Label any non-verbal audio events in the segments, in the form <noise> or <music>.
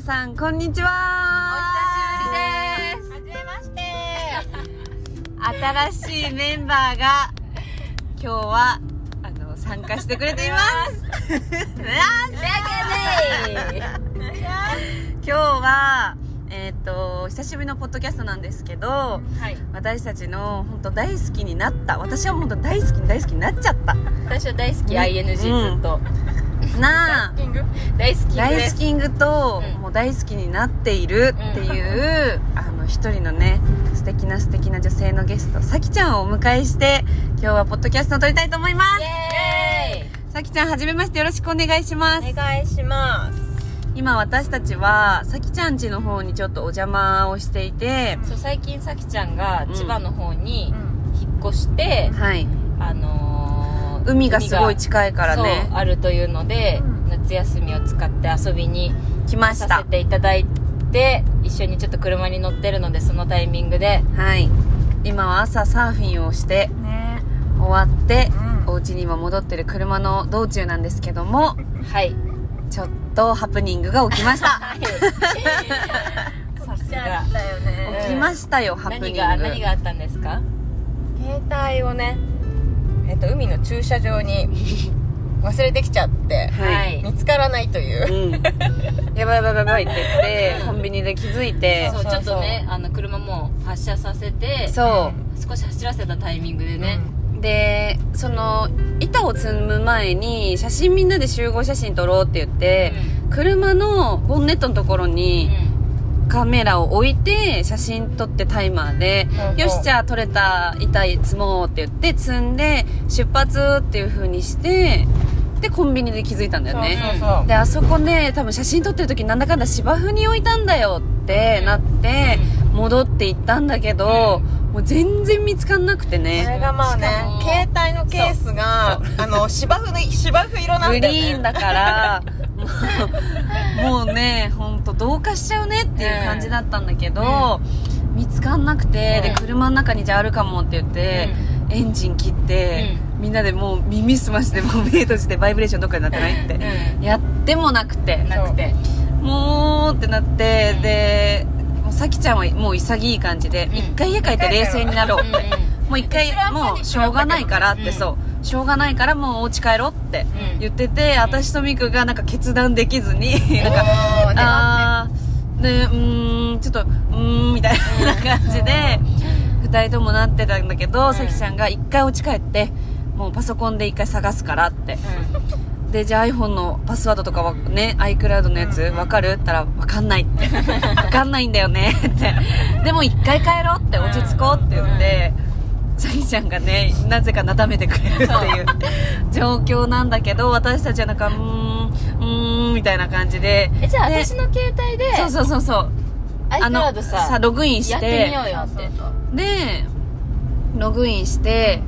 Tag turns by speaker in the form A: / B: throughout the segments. A: さんこんにち
B: お
A: は
B: 久しぶりです。はじめまして。
A: す新しいメンバーが今日はあの参加してくれてい <laughs> ます今日はえっ、と久しぶりのポッドキャストなんですけど
B: はい。
A: 私たちの本当大好きになった私は本当大好きに大好きになっちゃった
B: 私は大好き ING ずっと。
A: なあ
B: キング。大好きで
A: 大好
B: す。
A: きングと、
B: うん
A: もう大好きになっているっていう、あの一人のね素敵な素敵な女性のゲストさきちゃんをお迎えして今日はポッドキャストを撮りたいと思いま
B: イエ
A: すさきちゃんはじめましてよろしくお願いします
B: ーイ。お願いします。
A: 今私たちはさきちゃん家の方にちょっとお邪魔をしていて、
B: そう最近さきちゃんが
A: うん
B: 千葉の方に引っ越して、
A: はい
B: あのー
A: 海がすごい近いからね
B: そうあるというので、夏休みを使って遊びに
A: 来まし
B: さ
A: た
B: せていただいて一緒にちょっと車に乗ってるのでそのタイミングで
A: はい今は朝サーフィンをして
C: ね
A: 終わって、
C: う
A: お
C: ん
A: 家に今戻ってる車の道中なんですけども
B: はい
A: ちょっとハプニングが起きました
B: さす
C: ちゃ
B: が
C: ったよね
A: 起きましたよハプニン
B: 何
A: グ
B: が何があったんですか
C: 携帯をねえっと海の駐車場に忘れてきちゃって
A: はい、
C: 見つからないと
A: う
C: いう
A: ん、やばいやばいやばいって言ってコンビニで気づいて
B: そう
C: そう
B: ちょ
C: そう
B: っとねあの車もう発車させて
A: そう
B: 少し走らせたタイミングでね、
A: でその板を積む前に写真みんなで集合写真撮ろうって言って、車のボンネットのところ
B: うん
A: にカメラを置いて写真撮ってタイマーで
C: そうそう
A: よしじゃあ取れた板積もうって言って積んで出発っていう風にしてでコンビニで気づいたんだよね
C: そうそうそう
A: であそこね多分写真撮ってる時なんだかんだ芝生に置いたんだよってなって戻って行ったんだけど、もう全然見つかんなくて
C: これ
A: ね
C: がまあね
B: しかも
C: 携帯のケースがあの芝生の芝生色な
A: グ
C: んだよね
A: リーンだからもうもうねほんと同化しちゃうねっていう感じだったんだけど、見つかんなくて、
B: うん
A: で車の中にじゃああるかもって言って、エンジン切って、みんなでもう耳すましてもう目閉じてバイブレーションどっかになってないって
B: うん、う
A: やってもなくて
B: ん、なくて
A: もうってなって、でもうさきちゃんはもう潔い感じで、
B: うん
A: 一回家帰って冷静になろうって、もう一回もうしょうがないからって、
B: うん
A: そうしょうがないからもうお家帰ろうって言ってて、私とみくがなんか決断できずに、なんか
C: おーね
A: あーでうーんちょっとうーんみたいな感じで2人ともなってたんだけど、
B: うん
A: さきちゃんが1回お家帰ってもうパソコンで1回探すからってでじゃあ iPhone のパスワードとかはね iCloud のやつわかるって言ったらわかんないって
B: <laughs>
A: わかんないんだよねってでも1回帰ろうって落ち着こうって言ってさきちゃんがねなぜかなだめてくれるっていう状況なんだけど私たちはなんかうーんうーんみたいな感じで
B: えじゃあ
A: で
B: 私の携帯で
A: そうそうそうそうあの
B: iCloud さ
A: ログインし
B: やっててみようよっ
C: そう
B: て
C: そうそう
A: でログインして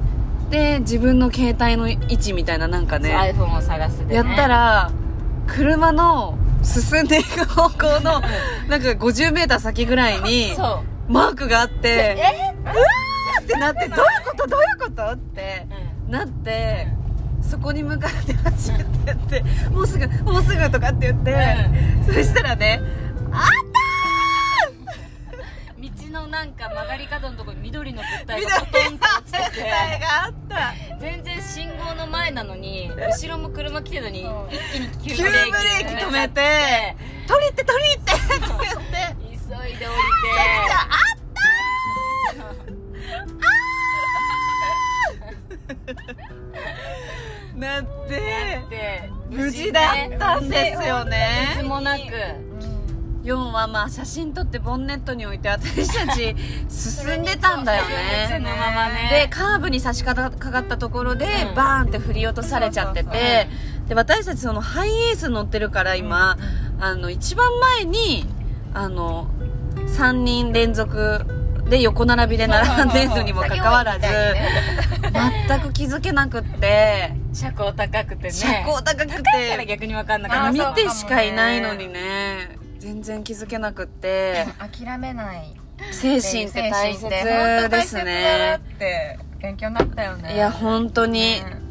A: で自分の携帯の位置みたいななんか
B: そう
A: ね
B: iPhone を探すでね
A: やったら車の進んでいく方向 <laughs> のなんか 50m 先ぐらいに
B: そう
A: マークがあって
B: え
A: うわーってなってどういうことどういうことってなってそこに向かって走ってってもうすぐもうすぐとかって言ってそしたらね
B: 道のなんか曲がり角のとこに緑の物体
A: 緑
B: が
A: の
B: ポトンと落ちて
A: <laughs> 携帯
B: て
A: があった。
B: 全然信号の前なのに後ろも車来てるのに
C: そう
B: 一気に
A: 急
B: 急
A: ブ
B: ブ
A: レ
B: レ
A: ー
B: ー
A: キ
B: キ
A: 止めて「取りって取りって」って言って
B: 急いで降りて
A: なって
B: で
A: 無事だったんですよ
B: 傷
A: ね
B: もなく
A: 4はまあ写真撮ってボンネットに置いて私たち進んでたんだよ
B: その
A: ね
B: まま
A: で
B: ね
A: カーブに差し掛かかったところで
B: うん
A: バーンって振り落とされちゃって
C: そうそう
A: てで私たちそのハイエース乗ってるから今あの一番前にあの3人連続で横並びで並んでるのにもかかわらず
C: 作業員みたいにね
A: 全く気づけなくって
B: 車高高くてね
A: 車高高く
B: だから
A: て
B: 逆に分かんな
C: あ
B: か
C: ー
B: っ
A: 見
C: そう
A: てしかいないのにね全然気づけなくって
C: 諦めない
A: 精神って大切
C: 精神って本
A: で
C: 当大
A: す
C: 切だな
A: ね
C: って勉強になったよね
A: いや本当に
C: うん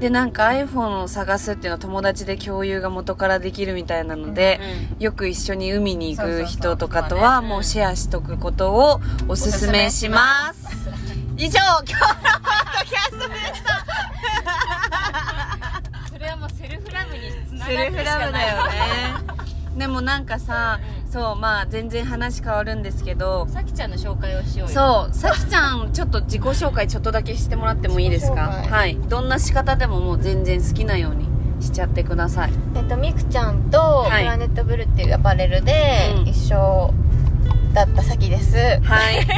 A: でなんか iPhone を探すっていうのは友達で共有が元からできるみたいなので、よく一緒に海に行く人とかとは
C: そうそうそう
A: もうシェアしとくことをおすすめします以上今日のポッドキャストでした
B: それはもうセルフラブにつな
A: セ
B: が
A: ル
B: る
A: フ
B: し
A: ラ
B: か
A: ブ
B: な
A: だ
B: い
A: よねでもなんかさそうまあ全然話変わるんですけど
B: さきちゃんの紹介をしようよ
A: そうさきちゃんちょっと自己紹介ちょっとだけしてもらってもいいですか
C: 自己紹介
A: はいどんな仕方でももう全然好きなようにしちゃってください
C: えっと、みくちゃんとプ
A: はい
C: ラネットブルーっていうアパレルで
A: うん
C: 一緒だった先です、
A: はい
C: <laughs>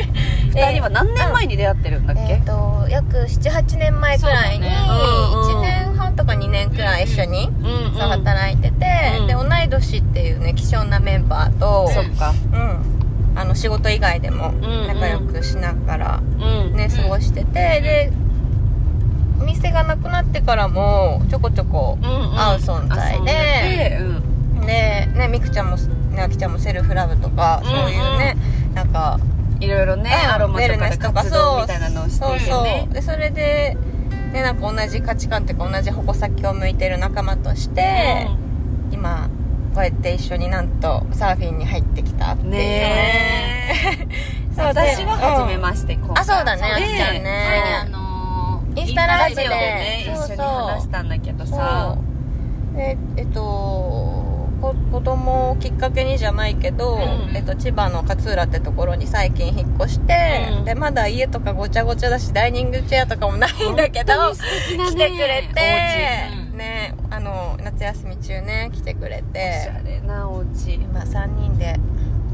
A: 二人は何年前に出会ってるんだっけ、
C: えっと約78年前くらいに
B: そうだね
A: うんうん
C: 1年半とか2年くらい一緒に
A: うんうん
C: そう働いてて、
A: うん
C: で同い年っていうね希少なメンバーと、
A: そっか
C: うん、あの仕事以外でも
A: んうん
C: 仲良くしながら
A: うん
C: ね、過ごしてて、でお店がなくなってからもちょこちょこ
A: うんうん
C: 会う存在で
A: 遊んでて
C: で、ね、みくちゃんもねあきちゃんもセルフラブとか
A: うん
C: そういうね、なんか
A: うんいろいろね
C: うん
A: アロマとかで活動みたいなのをして
C: そう
A: るよね
C: そうでそれで、ね、なんか同じ価値観っていうか同じ矛先を向いてる仲間として、今こうやって一緒になんとサーフィンに入ってきたっていう
A: ねえ
C: そう
A: 私は初め
C: し
A: まして、今
C: あ
A: 回
C: そうだね
A: そう
C: あきちゃん
B: 前あ
C: ね
B: のー
C: インスタライブで
A: ラジオでね
C: そうそう
A: 一緒に話したんだけどさ
C: そうでえっとこ子供をきっかけにじゃないけど、
A: うん
C: えっと、千葉の勝浦ってところに最近引っ越して、
A: うん
C: でまだ家とかごちゃごちゃだしダイニングチェアとかもないんだけど
A: 本当に素敵なね
C: 来てくれて
B: お家、うん
C: ねあの夏休み中ね来てくれ
A: おしゃ
C: て
A: れなお家
C: 今3人で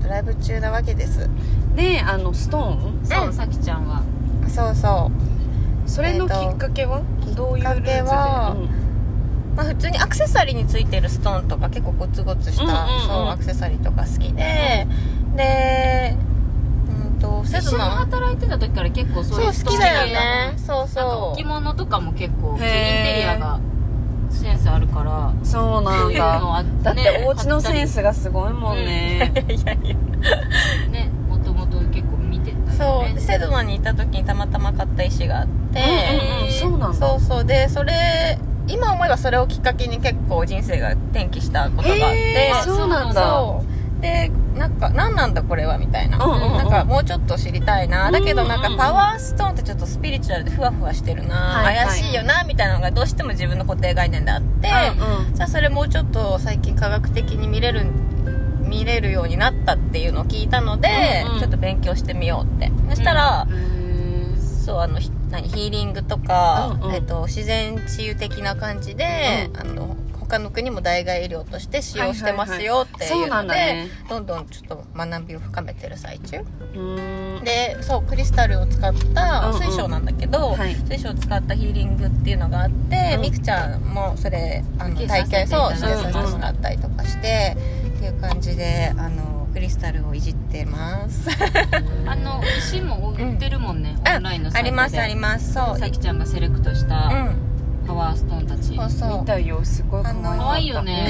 C: ドライブ中なわけです
A: であのストーン
B: そううんさきちゃんは
C: そうそう、
A: それのきっかけは、
C: と
A: どういうルーツ
C: きっか
A: で
C: けは
A: うん
C: まあ、普通にアクセサリーについてるストーンとか結構ゴツゴツした、
A: うんうんうん
C: そうアクセサリーとか好きででうんとセ
B: 一緒
C: ズ
B: に
C: ナ
B: 働いてた時から結構そう
C: そ
B: い
C: う
B: う
C: 好
B: ストー
C: き
B: リー
C: だよねそう
B: なんか
C: そ
B: 置
C: う
B: 物とかも結構イン
A: へー
B: テリアがセンスあるから
A: そうなんだだってお家のセン
B: ス
A: スがすごいもんね、
C: いやいや
B: ねもともと結構見てたよ
C: そう
B: ね
C: でセドナに行った時にたまたま買った石があって、
A: うんうんそうなんだ
C: そうそうでそれ今思えばそれをきっかけに結構人生が転機したことがあって、
A: へー
B: そう
A: そうなんだ
C: そうでなんか何なんだこれはみたいな、
A: うんうんうん
C: なんかもうちょっと知りたいな、だけどなん
A: うんうんう
C: か
A: ん
C: パワーストーンってちょっとスピリチュアルでふわふわしてるな、
A: はいはい
C: 怪しいよなみたいなのがどうしても自分の固定概念であって、
B: う
A: うん
C: じゃあそれもうちょっと最近科学的に見れる見れるようになったっていうのを聞いたので、
A: うんうん
C: ちょっと勉強してみようってそしたら、
A: へー
C: そうあのひ何ヒーリングと
A: う
C: か、
A: んうん
C: えっと自然治癒的な感じで、あの他の国も代替医療として使用してますよってい
A: そううな
C: の
A: ん
C: で、
A: だね
C: どんどんちょっと学びを深めてる最中
A: うーん
C: でそうクリスタルを使った
A: うんうん
C: 水晶なんだけど、
A: はい
C: 水晶を使ったヒーリングっていうのがあって、
A: うん
C: みくちゃんもそれあの
B: 受けさ
C: 体
B: せて
C: 験
B: いた
C: そう
B: だいた
C: 受けさせてもらったりとかして、っていう感じであのクリスタルをいじってます
B: あの石も売ってるもんね、オンラインのサ
C: あ
B: イトで
C: りますありますそう
B: さきちゃんがセレクトした
C: うん
B: パワーストーンたち、
C: そうそう
A: 見たよすごい可愛かった
B: 可愛いよね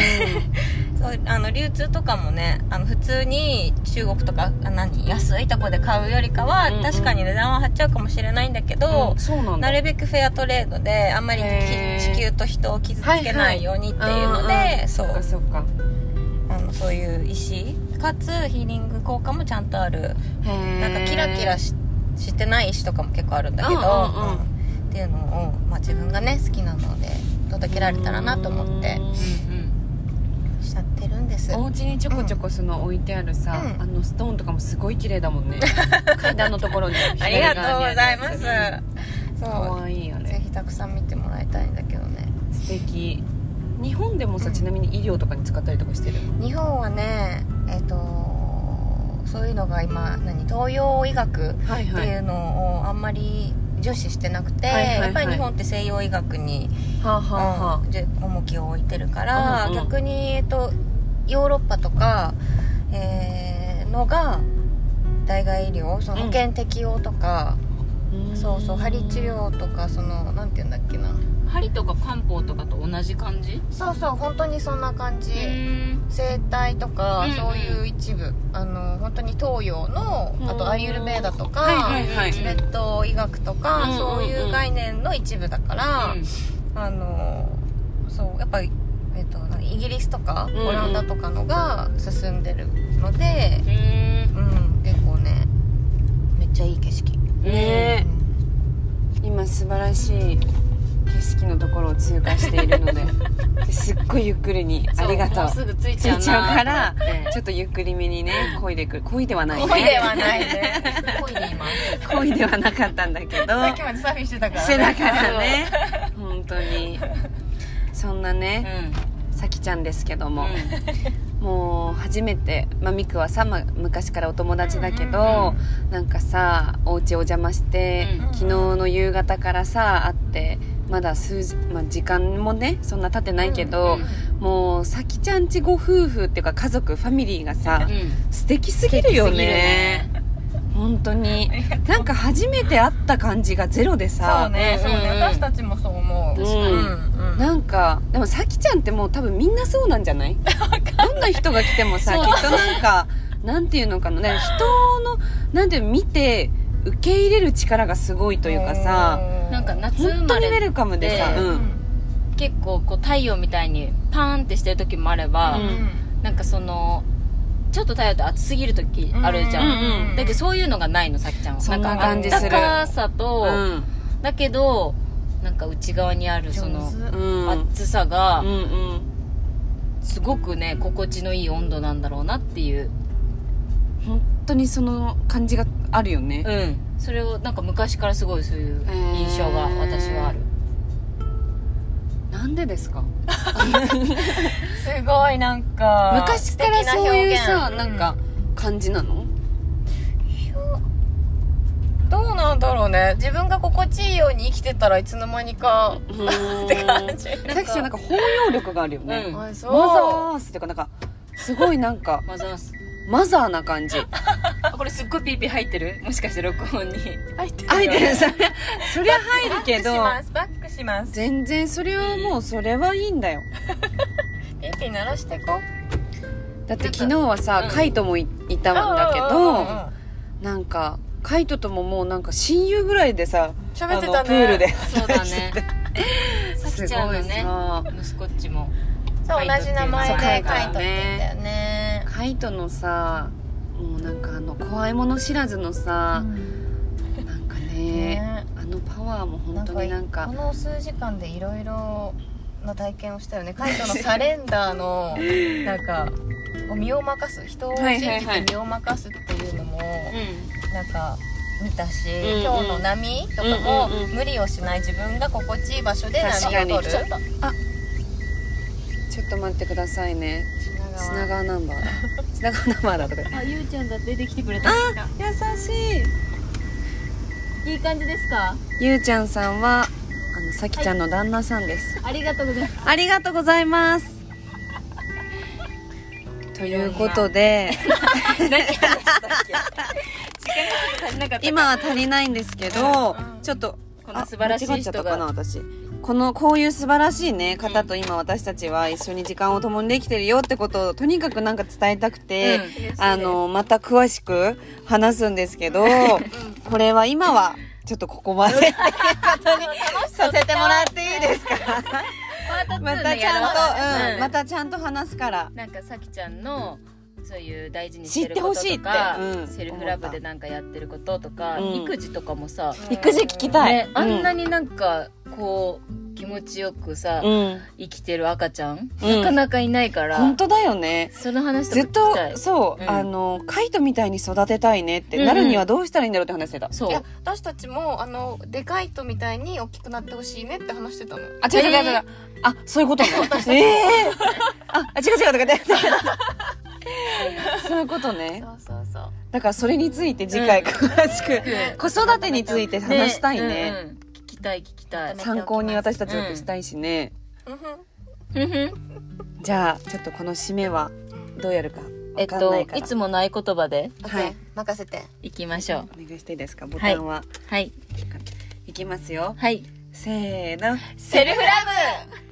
C: そうあの流通とかもねあの普通に中国とかあ何安いとこで買うよりかは、
A: うんうん
C: 確かに値段は張っちゃうかもしれないんだけど
A: う、んそうなんだ
C: なるべくフェアトレードであんまりき
A: へー
C: 地球と人を傷つけないようにっていうので、
A: んん
C: そ
A: っか
C: う
A: そっか
C: あのそういう石かつヒーリング効果もちゃんとある
A: へー
C: なんかキラキラししてない石とかも結構あるんだけど、
A: うんうんうん
C: うんっていうのを、まあ、自分がね好きなので届けられたらなと思って
B: うんうん
C: しちゃってるんです。
A: お家にちょこちょこその置いてあるさ、
C: うん
A: あのストーンとかもすごい綺麗だも
C: <laughs>
A: んね階段のところに
C: ありがとうございます。
A: 可
C: そ
A: 愛いあ
C: う、ぜ
A: れ
C: ひたくさん見てもらいたいんだけどね。
A: 素敵日本でもさ、
C: うん
A: ちなみに医療とかに使ったりとかしてるの
C: 日本はね、えっ、とそういうのが今何東洋医学っ
A: はい
C: ていうのをあんまり重視してなくて、
A: はいはいはい
C: やっぱり日本って西洋医学に、
A: はあ、はあはあ
C: うんじゅ重きを置いてるか
A: う
C: ら、
A: んうん
C: 逆にえっ、とヨーロッパとか、えーのが代替医療その保険適用とか、
A: ーん
C: そうそう針治療とかそのなんて言うんだっけな
B: 針とか漢方とかと同じ感じ
C: そうそう本当にそんな感じ、
B: うん
C: 整体とか、
B: うんうん
C: そういう一部あの本当に東洋の
A: うん
C: あとアイユルベーダとか、
A: はいはいはい
C: チベット医学と
A: う
C: か、
A: んうんうん
C: そういう概念の一部だから、
B: うん
C: あのそうやっぱり、えっとなんかイギリスとか
A: うん
C: オランダとかのが進んでるので、
B: うん
C: うん結構ねめっちゃいい景色、
A: ねえ今素晴らしい景色のところを通過しているので
C: <laughs>
A: ですっごいゆっくりにありがと
B: も
A: う
B: うすぐ着い
A: つ
B: ちゃう
A: い
B: な
A: ちゃうから
B: と思って
A: ちょっとゆっくりめにね漕いでくる漕いではないね
C: 恋ではないね
B: 恋でいます
A: 漕いではなかったんだ
C: <laughs>
A: けど
C: さっきまでサーフィンしてたから、
A: し
C: ね、
A: てなからね本当にそんなね、さきちゃんですけども、もう初めて、まあ、ミクはさ、まあ昔からお友達だけど、
C: うんうん
A: なんかさお家お邪魔して、
B: うん
C: うん
A: 昨日の夕方からさ会ってまだ数時、まあ、時間もねそんな経ってないけど、
B: うん
A: もうさきちゃんちご夫婦っていうか家族ファミリーがさ、
B: うんうん
A: 素敵すぎるよね本当になんか初めて会った感じがゼロでさ
C: そうねそうね、
B: うんうん
C: 私たちもそう思う
A: 確かに
C: うんうん
A: なんかでもさきちゃんってもう多分みんなそうなんじゃないどんな人が来てもさき
B: そう
A: っとなんかなんていうのかなね人のなんていうの見て受け入れる力がすごいというかさ
B: なんか夏生
A: 本当
B: ま
A: にウェ
B: れ
A: ルカムでさ、
B: う
A: うん
B: 結構こう太陽みたいにパーンってしてる時もあれば、
A: うん
B: なんかそのちょっと太陽って暑すぎる時あるじゃん、
A: うんうん
B: だけどそういうのがないのさきちゃんは
A: そんな感じする
B: なんかあったかさと、
A: うん
B: だけどなんか内側にあるその
A: うんうん
B: 暑さが
A: うん
B: すごくね心地のいい温度なんだろうなっていう
A: 本当にその感じがあるよね、
B: うんそれをなんか昔からすごいそういう印象が
A: へー
B: 私はある、
A: なんでですか
C: すごいなんか
A: 昔からそういうさ
C: 素敵
A: な
C: 表現
A: んか感じなの、
C: うんどうなんだろうね自分が心地いいように生きてたらいつの間にかって感じ
A: さきちゃんなんか包容力があるよね、
B: うん
C: あそう
A: マザースっていうかなんかすごいなんか <laughs>
B: マザース
A: マザーな感じ
B: あこれすっごいピーピー入ってるもしかして録音に
C: 入って
A: あえて
C: る
A: そりゃ <laughs> そりゃ入るけど
C: バックしますバックします
A: 全然それはもうそれはいいんだよ
C: ピッピ鳴らしてこ
A: だって昨日は
B: う
A: さ
B: ん
A: カイトもいいたんだけ
C: うんうん
A: どなんかカイトとももうなんか親友ぐらいでさ
C: 喋ってたね
A: あのプールで
B: そう
A: <laughs>
B: だね <laughs> さ
A: す
B: き
A: ごい
B: ちゃんのね
A: さ
B: 息子っちも
C: そう同じ名前で
A: そう
C: カイトって言ったよね
A: カイトのさもうなんかあの怖いもの知らずのさ、なんかね
C: ね
A: あのパワーも本当になんか
C: この数時間でいろいろな体験をした
A: <laughs>
C: よねカイトのサレンダーのなんかこう身を任す人を信じ
A: はいはいは
C: て
A: い
C: 身を任すっていうのも
B: う
C: なんか見たし、
A: んうん
C: 今日の波とかも、
A: うんうんうん
C: 無理をしない自分が心地いい場所で波
A: 確かに
C: を取る
A: ちょちょっと待ってくださいね砂
C: 砂川
A: 川ナンバーだ砂川ナンバーだとか言って
B: んあゆうちゃんだ出てきてくれたんです
A: 優しい
B: かいい感じですか
A: ゆうちゃんさんはあのさきちゃんの旦那さんです、
B: ありがとうございます
A: ありがとうございますということで
B: 足りなかった
A: 今は足りないんですけど、
C: うん
A: ちょっと
B: こ
A: あ
B: の素晴らしい人が
A: 間違っちゃったかな私このこういう素晴らしいね方と今私たちは一緒に時間を共にできてるよってことをとにかくなんか伝えたくて、あのまた詳しく話すんですけど、これは今はちょっとここまで <laughs> っていうことにさせてもらっていい
B: <laughs>
A: ですかまたちゃんと、うん、またちゃんと話すから
B: なんかさきちゃんのそういう大事にしてること
A: 知ってほ
B: とか、
A: しいってうん
B: セルフラブでなんかやってることとか、
A: うん
B: 育児とかもさ、
A: 育児聞きたい
B: ね、
A: う
B: あ
A: ん
B: んなになんかこう気持ちよくさ、
A: うん
B: 生きてる赤ちゃん、
A: うん
B: なかなかいないから
A: 本当だよね
B: その話
A: ずっ
B: とか聞きたい
A: とそう、
B: うん
A: あのカイトみたいに育てたいねって、
B: うんうん
A: なるにはどうしたらいいんだろうって話してた
B: そう
C: いや私たちもあのでかいとみたいに大きくなってほしいねって話してたの
A: あ違う違う違う、
B: えー
A: あそういうこと
B: <laughs>
A: ねええああ違う違うとか言ってそういうことね
C: そうそうそう
A: だからそれについて次回
B: うん
A: 詳しく、子育てについて話したいね
B: うんうん聞きたい聞きたい
C: ね
A: 参考に私たちだってしたいしね、
C: うんふん
B: うんうん
A: じゃあちょっとこの締めはどうやるかわ
B: えっ
A: かんな
B: と
A: いから、
B: いつもの合言葉で
A: はい
C: OK 任せて
B: いきましょう
A: お願いしていいですかボタンは、
B: はい
A: い、きますよ
B: はい
A: せーの
B: セルフラ
C: ラブ